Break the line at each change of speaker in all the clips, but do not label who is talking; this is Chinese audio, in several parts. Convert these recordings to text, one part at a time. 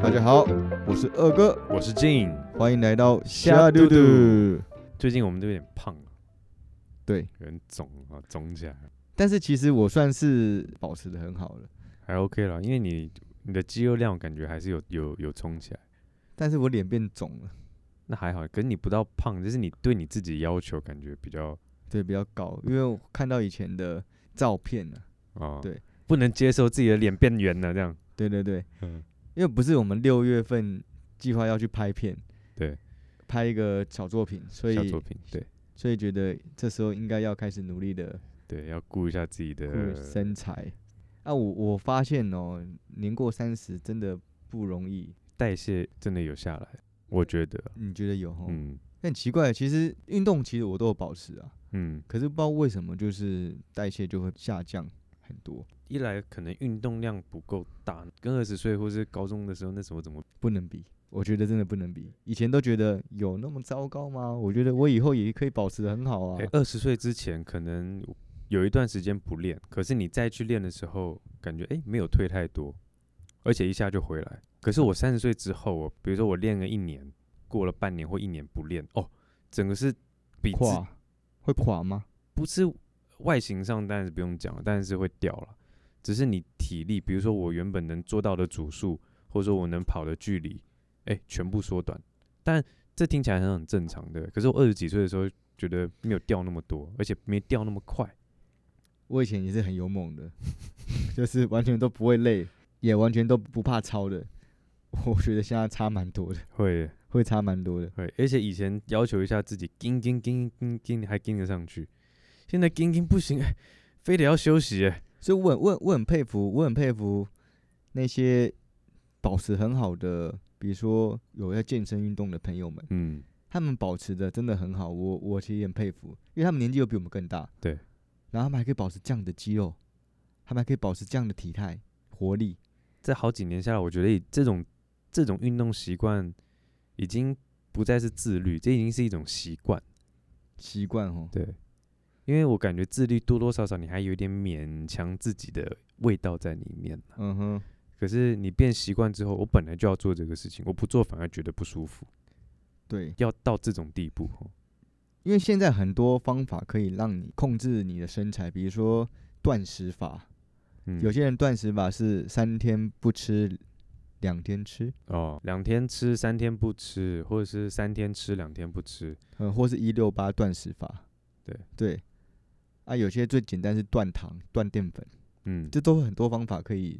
大家好，我是二哥，
我是静。
欢迎来到
虾
虾
嘟
嘟
嘟
嘟。
最近我们都有点胖，
对，
有点肿啊，肿起来
但是其实我算是保持的很好了，
还 OK 啦，因为你你的肌肉量感觉还是有有有冲起来，
但是我脸变肿了，
那还好。可是你不到胖，就是你对你自己要求感觉比较
对，比较高，因为我看到以前的照片啊，
啊，
对，
不能接受自己的脸变圆了这样。
对对对，
嗯，
因为不是我们六月份计划要去拍片，
对，
拍一个小作品，所
小作
以
品，对
所以觉得这时候应该要开始努力的
对，要顾一下自己的
顾身材。啊，我我发现哦，年过三十真的不容易，
代谢，真的有下来，我觉得，
你觉得有哦？
嗯
但奇怪，其实运动其实我都有保持啊，
嗯，
可是不知道为什么就是代谢就会下降很多，
一来可能运动量不够大，跟二十岁或是高中的时候那时候怎么
不能比。我觉得真的不能比，以前都觉得有那么糟糕吗？我觉得我以后也可以保持的很好啊
哎，。二十岁之前可能有一段时间不练，可是你再去练的时候，感觉哎、诶没有退太多，而且一下就回来。可是我三十岁之后，我比如说我练个一年，过了半年或一年不练，哦，整个是比自
垮会垮吗？
不是外形上当然是不用讲了，但是会掉了。只是你体力，比如说我原本能做到的组数，或者说我能跑的距离，哎、全部缩短。但这听起来很很正常的，可是我二十几岁的时候觉得没有掉那么多，而且没掉那么快。
我以前也是很勇猛的， 就是完全都不会累，也完全都不怕超的。 我觉得现在差蛮多的，
会
会差蛮多的。
会，而且以前要求一下自己，跟跟跟跟跟还跟得上去，现在跟跟不行，哎非得要休息。哎
所以我很我很我很佩服，我很佩服那些保持很好的，比如说有在健身运动的朋友们，
嗯，
他们保持的真的很好。我我其实也很佩服，因为他们年纪又比我们更大，
对，
然后他们还可以保持这样的肌肉，他们还可以保持这样的体态、活力。
这好几年下来，我觉得已这种这种运动习惯已经不再是自律，这已经是一种习惯。
习惯哦，
对，因为我感觉自律多多少少你还有一点勉强自己的味道在里面。
嗯哼，
可是你变习惯之后，我本来就要做这个事情，我不做反而觉得不舒服，
对，
要到这种地步哦。
因为现在很多方法可以让你控制你的身材，比如说断食法，
嗯
有些人断食法是三天不吃，两天吃，
哦，两天吃，三天不吃，或者是三天吃，两天不吃。
嗯，或是一六八断食法，
对
对，啊，有些最简单是断糖、断淀粉，
嗯，
这都有很多方法可以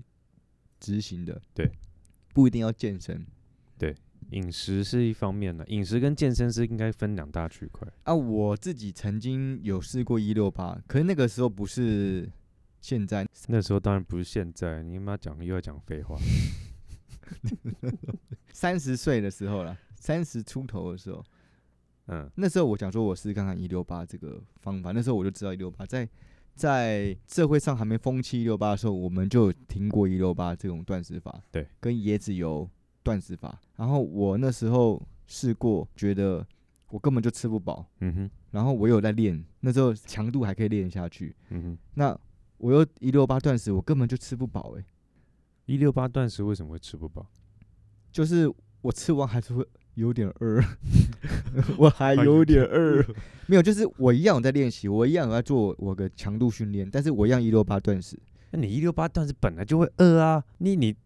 执行的，
对，
不一定要健身
饮食是一方面呢，饮食跟健身是应该分两大区块。
啊。我自己曾经有试过一六八，可是那个时候不是现在，
那时候当然不是现在，你妈讲又要讲废话。
三十岁的时候啦，三十出头的时候，
嗯
那时候我想说，我试试看看一六八这个方法。那时候我就知道一六八在在社会上还没风气一六八的时候，我们就有听过一六八这种断食法，
对，
跟椰子油断食法。然后我那时候试过，觉得我根本就吃不饱，
嗯哼
然后我有在练，那时候强度还可以练下去。
嗯哼，
那我又一六八断食，我根本就吃不饱，欸诶，
一六八断食为什么会吃不饱？
就是我吃完还是会有点饿， 我
哎
还有点饿。没有，就是我一样有在练习，我一样有在做我的强度训练，但是我一样一六八断食。
那你一六八段是本来就会饿啊，你你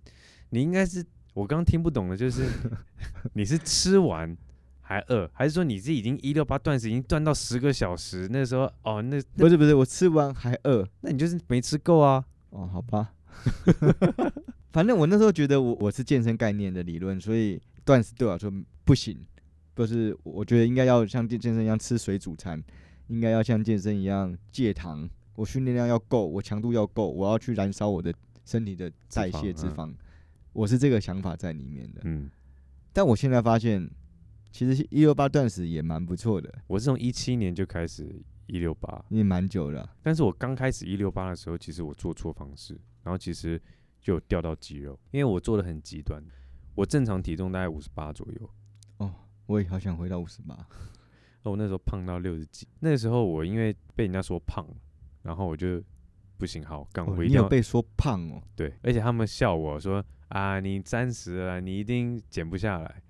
你应该是我刚刚听不懂的就是 你是吃完还饿，还是说你是已经一六八断食已经断到十个小时？那时候哦，那那
不是不是，我吃完还饿
那你就是没吃够啊。
哦，好 吧。反正我那时候觉得我我是健身概念的理论，所以断食对我来说不行，就是我觉得应该要像健健身一样吃水煮餐，应该要像健身一样戒糖，我训练量要够，我强度要够，我要去燃烧我的身体的代谢
脂
脂
肪嗯
肪，我是这个想法在里面的。
嗯，
但我现在发现，其实一六八断食也蛮不错的，
我是从一七年就开始一六八，
也蛮久了啊。
但是我刚开始一六八的时候，其实我做错方式，然后其实就有掉到肌肉，因为我做的很极端。我正常体重大概五十八左右，
我也好想回到五十八，
那我那时候胖到六十几，那时候我因为被人家说胖，然后我就不行，好杠，
哦
我一
你
定
有
要
被说胖哦，
对，而且他们笑我说啊，你三十了，你一定减不下来，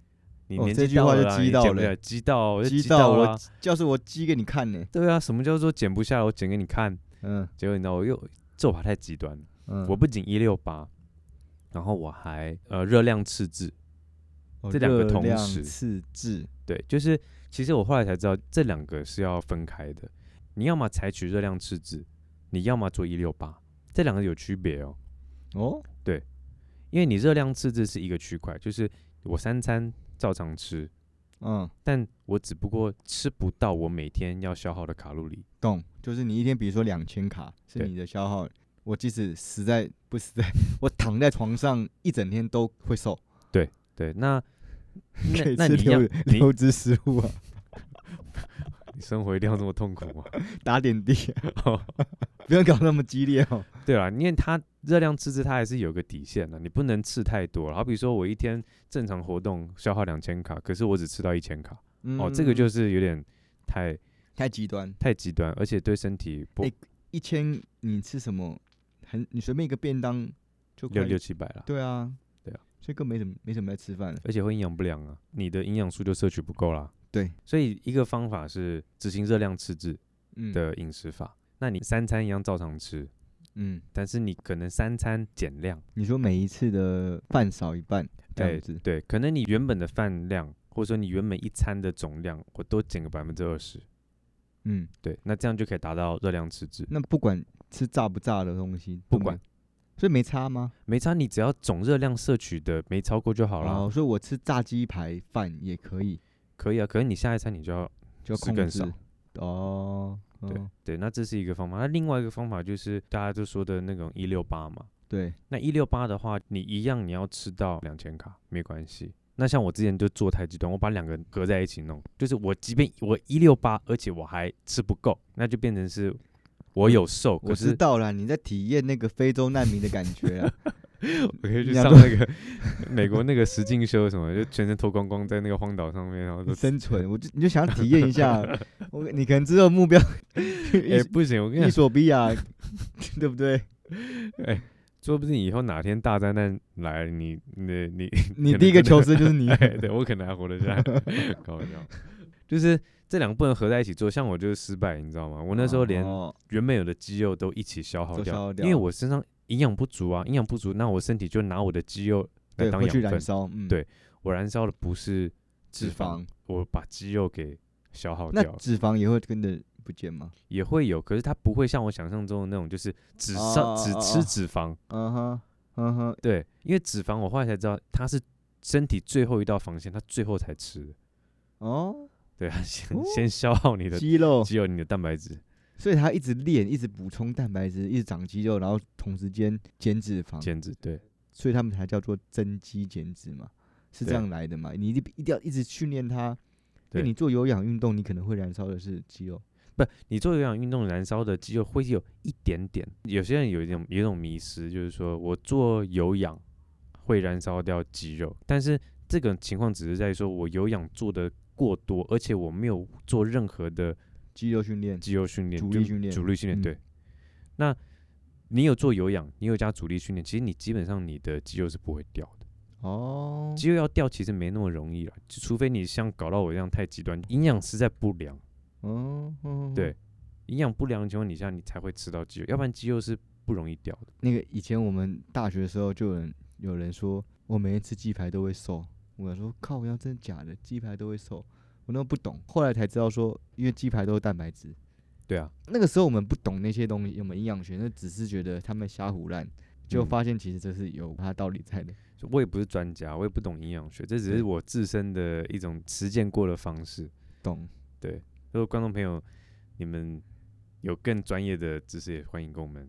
你
哦
年
这
纪
句话
到
就
了啦，
击
你
到
减不
了
下来击到，我就
激
击
到
到
我
了啊，
要是我激给你看呢，
对啊，什么叫做减不下来？我减给你看，
嗯
结果你知道我又这我还太极端了，
嗯，
我不仅一六八，然后我还呃热量赤字，
哦
这两个
热
同
量
时
赤字，
对，就是其实我后来才知道这两个是要分开的，你要么采取热量赤字，你要么做一六八，这两个有区别哦。
哦，
因为你热量赤字是一个区块，就是我三餐照常吃，
嗯，
但我只不过吃不到我每天要消耗的卡路里。
懂，就是你一天比如说两千卡是
对
你的消耗，我即使实在不实在，我躺在床上一整天都会瘦，
对，那
可以
那那
吃
你要
六
你
六只食物啊，
你生活一定要这么痛苦吗？
打点滴 啊，不用搞那么激烈哦，
对啦，因为它热量赤字它还是有个底线的，你不能吃太多。好比说我一天正常活动消耗两千卡，可是我只吃到一千卡，哦，这个
嗯
就是有点太
太极端，
太极端，而且对身体不
哎一千你吃什么，很你随便一个便当就
六
快
六七百啦，
对啊，
对啊，
所以更没什么没什么在吃饭了。
而且会营养不良啊，你的营养素就摄取不够啦。
对，
所以一个方法是执行热量赤字
嗯，
的饮食法，那你三餐一样照常吃，
嗯，
但是你可能三餐减量，
你说每一次的饭少一半这
哎
样子，
对，可能你原本的饭量，或者说你原本一餐的总量，我都减个百分之二十，
嗯，
对，那这样就可以达到热量赤字。
那不管吃炸不炸的东西，
不
都没
管，
所以没差吗？
没差，你只要总热量摄取的没超过就好啦。
哦，所以我吃炸鸡排饭也可以，
可以啊，可是你下一餐你就要
就要
吃
控
更
制
少
哦，
对、
哦
对，那这是一个方法。那另外一个方法就是大家都说的那种一六八嘛。
对，
那一六八的话，你一样你要吃到两千卡，没关系。那像我之前就做太极端，我把两个合在一起弄，就是我即便我一六八，而且我还吃不够，那就变成是我有瘦，
我
可
知
是
道啦，你在体验那个非洲难民的感觉 啊，
我可以去
你想
上
说
那个 美国那个石进修什么，就全身脱光光在那个荒岛上面，然后都
生存，我就你就想体验一下，我你可能知道目标，
哎、
伊
不行，我跟你
伊
讲，
索比亚 对不对？
哎、说不定以后哪天大灾难来，你你你
你
可能
第一个
真
求
的，
生就是你
哎， 对我可能还活得下来， 搞笑。就是这两个不能合在一起做，像我就是失败，你知道吗？我那时候连
哦
原本有的肌肉都一起消耗
都消耗
掉，
掉
因为我身上营养不足啊，营养不足，那我身体就拿我的肌肉来
对
当
会去
养
燃
分。
烧，嗯，
对我燃烧的不是脂
脂
肪，
肪，
我把肌肉给消耗
那
掉，
脂肪也会跟着不见吗？
也会有，可是它不会像我想象中的那种，就是只
哦
上
哦
只
哦
吃
哦
脂肪。
嗯哼，嗯哼，
对，因为脂肪我后来才知道它是身体最后一道防线，它最后才吃的。
哦，
对啊，先
哦
先消耗你的
肌肉，嗯
肌肉、你的蛋白质、
所以他一直练，一直补充蛋白质，一直长肌肉，然后同时间减脂肪，
减脂。对，
所以他们才叫做增肌减脂嘛，是这
对啊
样来的嘛？你一定一定要一直训练它，因为
对
你做有氧运动，你可能会燃烧的是肌肉，
不，你做有氧运动，燃烧的肌肉会有一点点。有些人有一种有一种迷失，就是说我做有氧会燃烧掉肌肉，但是这个情况只是在于说我有氧做的过多，而且我没有做任何的
肌肉训练，
肌肉训练、
阻
就
力训练
主力训练。
嗯
对，那你有做有氧，你有加主力训练，其实你基本上你的肌肉是不会掉的。
哦，
肌肉要掉其实没那么容易了，就除非你像搞到我这样太极端，营养实在不良，
嗯嗯，
对营养不良的情况底下，你才会吃到肌肉，要不然肌肉是不容易掉的。
那个以前我们大学的时候，就有人有人说，我每天吃鸡排都会瘦。我想说，靠，要真的假的？鸡排都会瘦？我那时候不懂，后来才知道说，因为鸡排都是蛋白质。
对啊，
那个时候我们不懂那些东西，我们营养学，那只是觉得他们瞎胡乱，就
嗯
发现其实这是有它道理在的。
所以我也不是专家，我也不懂营养学，这只
对
是我自身的一种实践过的方式。
懂？
如果观众朋友你们有更专业的知识，也欢迎跟我们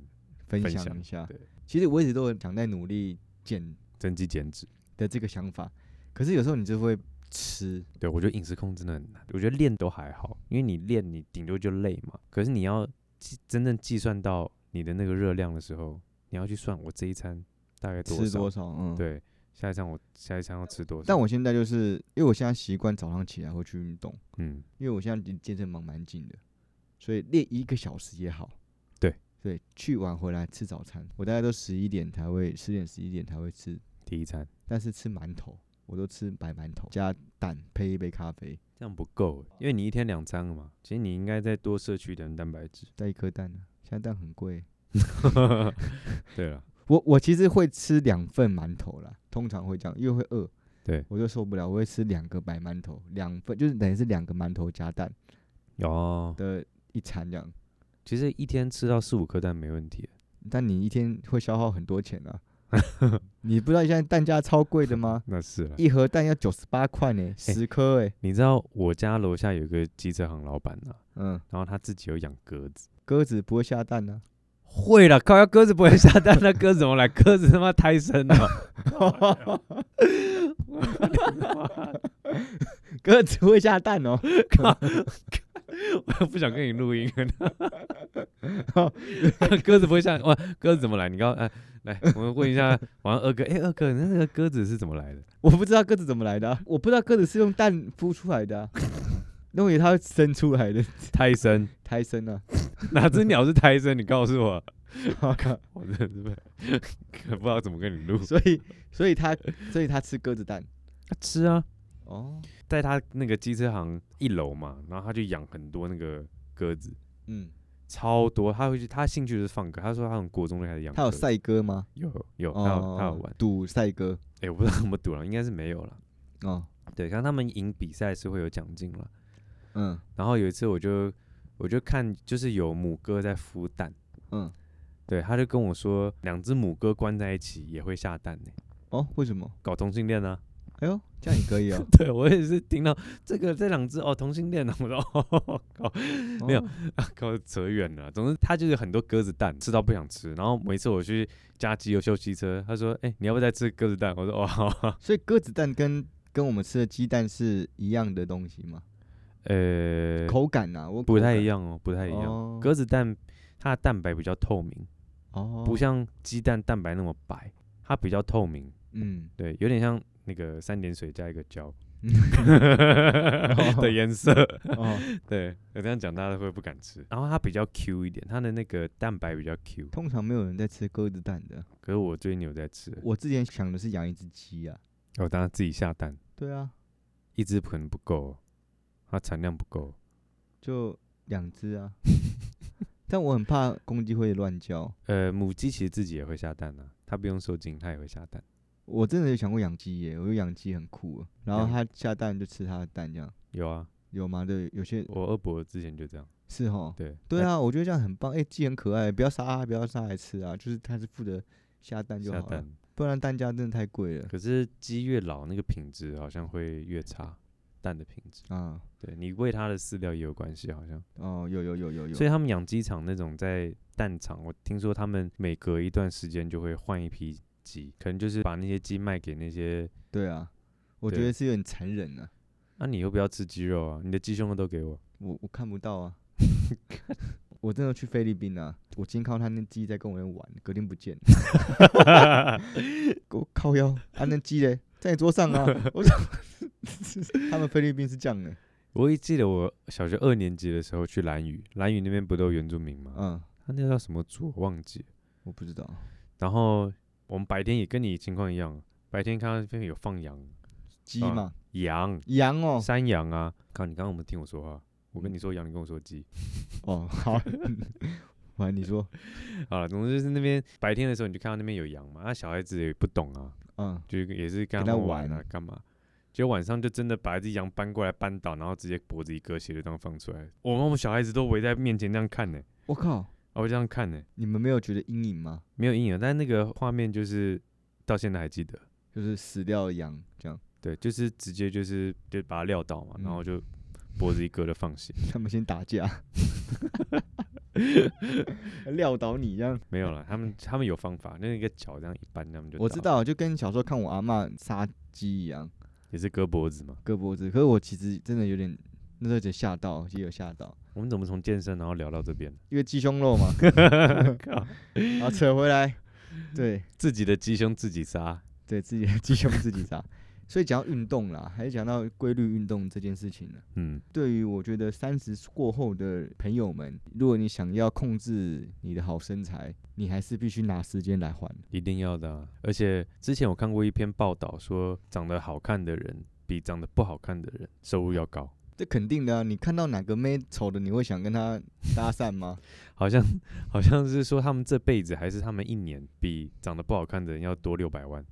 分
分
享
享
一下
对。
其实我一直都有想在努力减
增肌减脂。
的这个想法，可是有时候你就会吃，
对，我觉得饮食控制真的很难。我觉得练都还好，因为你练你顶多就累嘛。可是你要计真正计算到你的那个热量的时候，你要去算我这一餐大概多
吃
少，
多少？嗯，。
对，下一餐我下一餐要吃多少。
但我现在就是因为我现在习惯早上起来会去运动。
嗯，
因为我现在离健身房蛮近的，所以练一个小时也好，
对，
对，去完回来吃早餐，我大概都十一点才会，十点十一点才会吃，
第一餐
但是吃馒头，我都吃白馒头加蛋配一杯咖啡，
这样不够欸，因为你一天两餐了嘛，其实你应该再多摄取一点蛋白质。
再一颗蛋啊，现在蛋很贵。
对了，
我我其实会吃两份馒头啦，通常会这样，因为会饿，
对
我就受不了，我会吃两个白馒头，两份就是等于是两个馒头加蛋
哦，
的一餐这样。
其实一天吃到四五颗蛋没问题欸，
但你一天会消耗很多钱 啊，你不知道现在蛋价超贵的吗？
那是了。
一盒蛋要九十八块呢，十颗哎，
你知道我家楼下有个机车行老板呐、
嗯，
然后他自己有养鸽子。
鸽子不会下蛋啊 呢、
会了，靠！要鸽子不会下蛋，那鸽子怎么来？鸽子他妈胎生的，
鸽子会下蛋哦，
我不想跟你录音。 鸽子不会下哇，鸽子怎么来？你告哎，来，我们问一下王二哥。哎、二哥，那那个鸽子是怎么来的？
我不知道鸽子怎么来的啊、我不知道鸽子是用蛋孵出来的、啊，认为它会生出来的
胎生，
胎生 啊，
哪只鸟是胎生？你告诉我，我真的是 不不知道怎么跟你录。
所以所以它所以它吃鸽子蛋
他吃啊，
哦，
在他那个机车行一楼嘛，然后他就养很多那个鸽子，
嗯，
超多。他会去，他兴趣就是放鸽。他说他从哦国中就开始养鸽
它有
子，
赛鸽吗？哦
有有，他有他有玩。
赌赛鸽
哎、我不知道怎 么赌了，应该是没有了。
哦，
对，看他们赢比赛是会有奖金了。
嗯
然后有一次我就我就看就是有母鸽在孵蛋，
嗯，
对，他就跟我说两只母鸽关在一起也会下蛋呢、
哦，为什么？
搞同性恋啊？，
哎呦，这样也可以哦
对我也是听到这个这两只哦同性恋啊，我说 哦搞没有
哦
搞扯远了。总之他就是很多鸽子蛋吃到不想吃，然后每次我去加机油修机车，他说哎、你要不要再吃鸽子蛋？我说哦好 啊，
所以鸽子蛋跟跟我们吃的鸡蛋是一样的东西吗？
呃
口感呐、啊，我
不太一
样，
样哦，不太一样。
哦
鸽子蛋它的蛋白比较透明，
哦，
不像鸡蛋蛋白那么白，它比较透明，
嗯，
对，有点像那个三点水加一个 胶
嗯
的颜 色。
哦，
对，我这样讲大家会不敢吃。然后它比较 Q 一点，它的那个蛋白比较 Q。
通常没有人在吃鸽子蛋的。
可是我最近有在吃，
我之前想的是养一只鸡啊，
我当然自己下蛋，
对啊，
一只可能不够，它产量不够。
就两只 啊。但我很怕公鸡会乱叫，
呃，母鸡其实自己也会下蛋啊，它不用受精，它也会下蛋。
我真的有想过养鸡耶，我觉得养鸡很酷啊。然后它下蛋就吃它的蛋，这样
有啊，
有吗？对，有些
我二伯之前就这样。
是哦。
对
对
它
啊，我觉得这样很棒。哎、鸡很可爱，不要杀它，不要杀来吃啊，就是它是负责下蛋就
下
好了
蛋，，
不然蛋价真的太贵了
可是鸡越老，那个品质好像会越差，蛋的品质。
啊。
对你喂它的饲料也有关系，好像。
哦，有有有有有，
所以他们养鸡场那种在蛋场，我听说他们每隔一段时间就会换一批鸡，可能就是把那些鸡卖给那些。
对啊，我觉
对
得是有点残忍啊。
那、你又不要吃鸡肉啊？你的鸡胸肉都给我。
我我看不到 啊。我真的去菲律宾啊！我今天看到他那鸡在跟我那玩，隔天不见 了。我靠腰，啊那鸡嘞，在你桌上 啊！我说他们菲律宾是这样的，
我一记得我小学二年级的时候去兰屿，兰屿那边不都有原住民吗？
嗯，
他那叫什么族我忘记了。
我不知道，
然后我们白天也跟你情况一样，啊白天看到那边有放羊，
鸡
啊
嘛，
羊、
羊哦，嗯
山羊啊。靠，你刚刚有没有听我说话？我跟你说羊，你跟我说鸡。
哦好，完了你说，
好了，总之就是那边白天的时候，你就看到那边有羊嘛，那、小孩子也不懂啊，
嗯，
就是也是跟
跟
他
他
们玩啊
玩，
干嘛？结果晚上就真的把一只羊搬过来扳倒，然后直接脖子一割，血就这样放出来。我们我们小孩子都围在面前这样看呢、
我靠，
啊，我这样看呢、
你们没有觉得阴影吗？
没有阴影，但是那个画面就是到现在还记得。
就是死掉的羊这样，
对，就是直接就是就把它撂倒嘛，
嗯
然后就脖子一割就放血，
他们先打架，撂倒你这样。
没有了。他们他们有方法，那个脚这样一扳，他们就
我知
倒了，
道，就跟小时候看我阿嬷杀鸡一样，
也是割脖子嘛。
割脖子。可是我其实真的有点那时候有点吓到，也有吓到，
我们怎么从健身然后聊到这边？
因为鸡胸肉嘛。
靠
然后扯回来，对
自己的鸡胸自己杀，
对，自己的鸡胸自己杀。所以讲到运动啦，还是讲到规律运动这件事情呢。
嗯，
对于我觉得三十过后的朋友们，如果你想要控制你的好身材，你还是必须拿时间来换。
一定要的啊、而且之前我看过一篇报道说，长得好看的人比长得不好看的人收入要高，
这肯定的啊！你看到哪个妹丑的，你会想跟她搭讪吗？
好像好像是说他们这辈子还是他们一年比长得不好看的人要多六百万，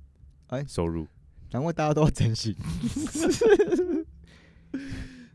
哎
收入。
难怪大家都要整形。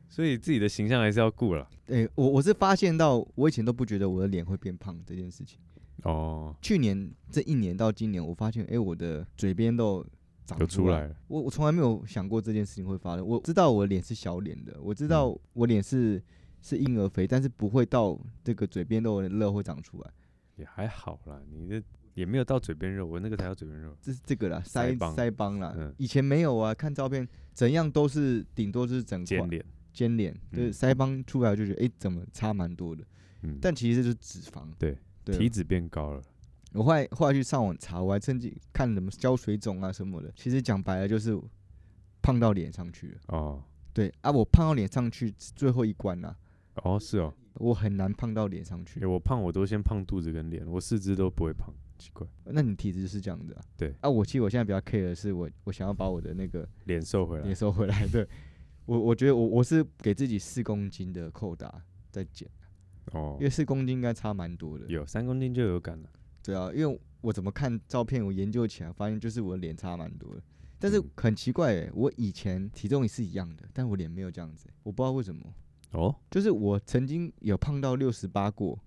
所以自己的形象还是要顾了。
诶、我我是发现到，我以前都不觉得我的脸会变胖这件事情。
哦，
去年这一年到今年，我发现，诶、我的嘴边都长
有出
来
来了。
我我从来没有想过这件事情会发生。我知道我脸是小脸的，我
嗯
知道我脸是是婴儿肥，但是不会到这个嘴边肉的肉会长出来，
也还好啦，你这也没有到嘴边肉，我那个才叫嘴边肉。
这是这个啦，
腮
腮
帮
腮帮啦、
嗯
以前没有啊，看照片怎样都是顶多就是整块
尖脸，
尖脸，就是
嗯
腮帮出来就觉得诶，怎么差蛮多的，
嗯，
但其实这就是脂肪。
对啊
对，啊
体脂变高了，
我后来后来去上网查，我还趁机看什么消水肿啊什么的。其实讲白了就是胖到脸上去了。
哦，
对啊，我胖到脸上去最后一关啊啦、
哦是哦，
我很难胖到脸上去
诶。我胖我都先胖肚子跟脸，我四肢都不会胖，奇怪，
那你体质就是这样子啊？
对
啊，我其实我现在比较 care 的是我我想要把我的那个
脸瘦回
脸
来，
收回来。对，我我觉得我我是给自己四公斤的扣打在减，
哦
因，为四公斤应该差蛮多的。
有三公斤就有感了，
对啊，因为我怎么看照片，我研究起来发现就是我的脸差蛮多的。但是
嗯
很奇怪、欸，我以前体重也是一样的，但我脸没有这样子欸、我不知道为什么。
哦，
就是我曾经有胖到六十八过，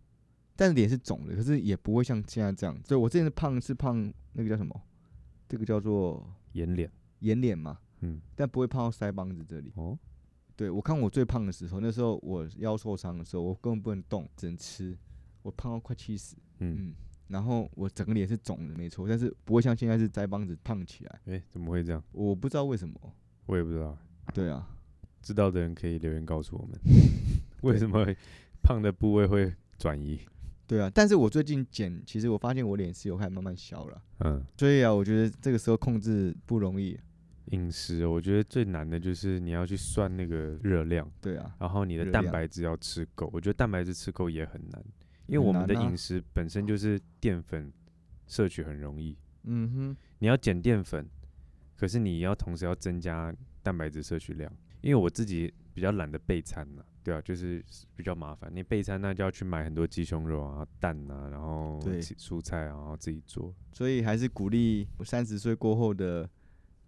但脸是肿的，可是也不会像现在这样。所以我之前是胖是胖那个叫什么？这个叫做
眼脸，
眼脸嘛，
嗯，
但不会胖到腮帮子这里。
哦，
对我看我最胖的时候，那时候我腰受伤的时候，我根本不能动，只能吃，我胖到快七十。
嗯，
嗯，然后我整个脸是肿的，没错，但是不会像现在是腮帮子胖起来，
诶，怎么会这样？
我不知道为什么。
我也不知道，
对啊，
知道的人可以留言告诉 我们，为什么胖的部位会转移？
对啊，但是我最近减，其实我发现我脸是有开始慢慢消了，
嗯，
所以啊，我觉得这个时候控制不容易。
饮食我觉得最难的就是你要去算那个热量。
对啊，
然后你的
热
蛋
量
白质要吃够，我觉得蛋白质吃够也很难，因为
很
我们的
难啊
饮食本身就是淀粉摄取很容易，
嗯哼，
你要减淀粉，可是你要同时要增加蛋白质摄取量，因为我自己比较懒得备餐呐、对啊，就是比较麻烦，你备餐那就要去买很多鸡胸肉啊、蛋啊，然后
对
其蔬菜啊，然后自己做，
所以还是鼓励三十岁过后的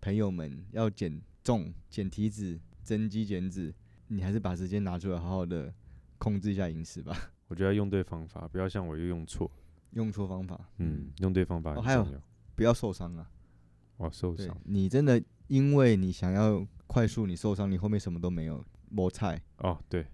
朋友们要减重、减体脂、增肌减脂，你还是把时间拿出来好好的控制一下饮食吧，
我觉得要用对方法，不要像我又用错，
用错方法，
嗯，，用对方法
哦
很
还有
重要，
不要受伤啊。
哦，受
对
伤，
你真的因为你想要快速你受伤，你后面什么都没有，摸菜。
哦，对，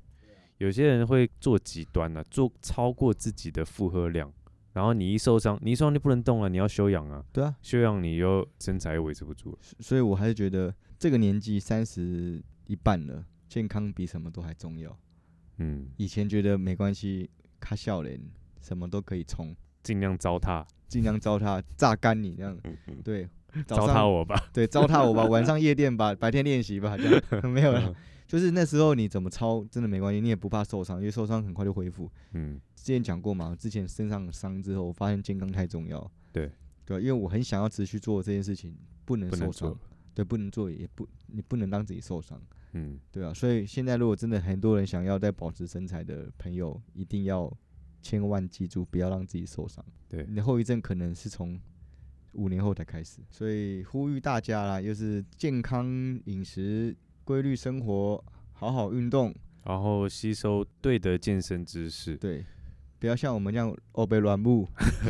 有些人会做极端啊，做超过自己的负荷量，然后你一受伤，你一受伤就不能动了，你要休养啊，
对啊，
休养你又身材又维持不住了，
所所以我还是觉得这个年纪三十一半了，健康比什么都还重要。
嗯，
以前觉得没关系，卡笑脸什么都可以冲，
尽量糟蹋
尽量糟蹋榨干你这样。对，
糟
早
蹋
上
我吧，
对糟蹋我吧，晚上夜店吧， 白天练习吧，这 样没有
嗯
了。就是那时候你怎么操真的没关系，你也不怕受伤，因为受伤很快就恢复。
嗯，
之前讲过嘛，之前身上的伤之后，我发现健康太重要。
对
对啊，因为我很想要持续做这件事情，不能
不能
受
做
伤，，对，不能做也不，你不能让自己受伤，
嗯，
对啊。所以现在如果真的很多人想要再保持身材的朋友，一定要千万记住，不要让自己受伤。
对
你的后遗症可能是从五年后才开始，所以呼吁大家啦，就是健康饮食、规律生活、好好运动，
然后吸收对的健身知识，
对，不要像我们这样哦被软木，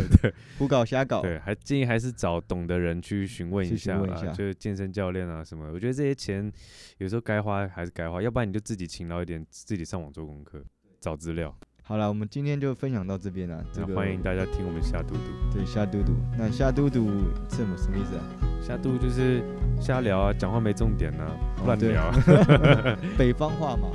胡搞瞎搞。
对，还建议还是找懂的人去询问
去
一
询
下
问一
啦，
下
就是健身教练啊什么的，我觉得这些钱有时候该花还是该花，要不然你就自己勤劳一点，自己上网做功课，找资料。
好了，我们今天就分享到这边了。这
那
个
欢迎大家听我们瞎嘟嘟，
对瞎嘟嘟，那瞎嘟嘟什么什么意思啊？
瞎嘟就是瞎聊啊，讲话没重点呐、啊，乱
哦对
聊啊。
北方话嘛，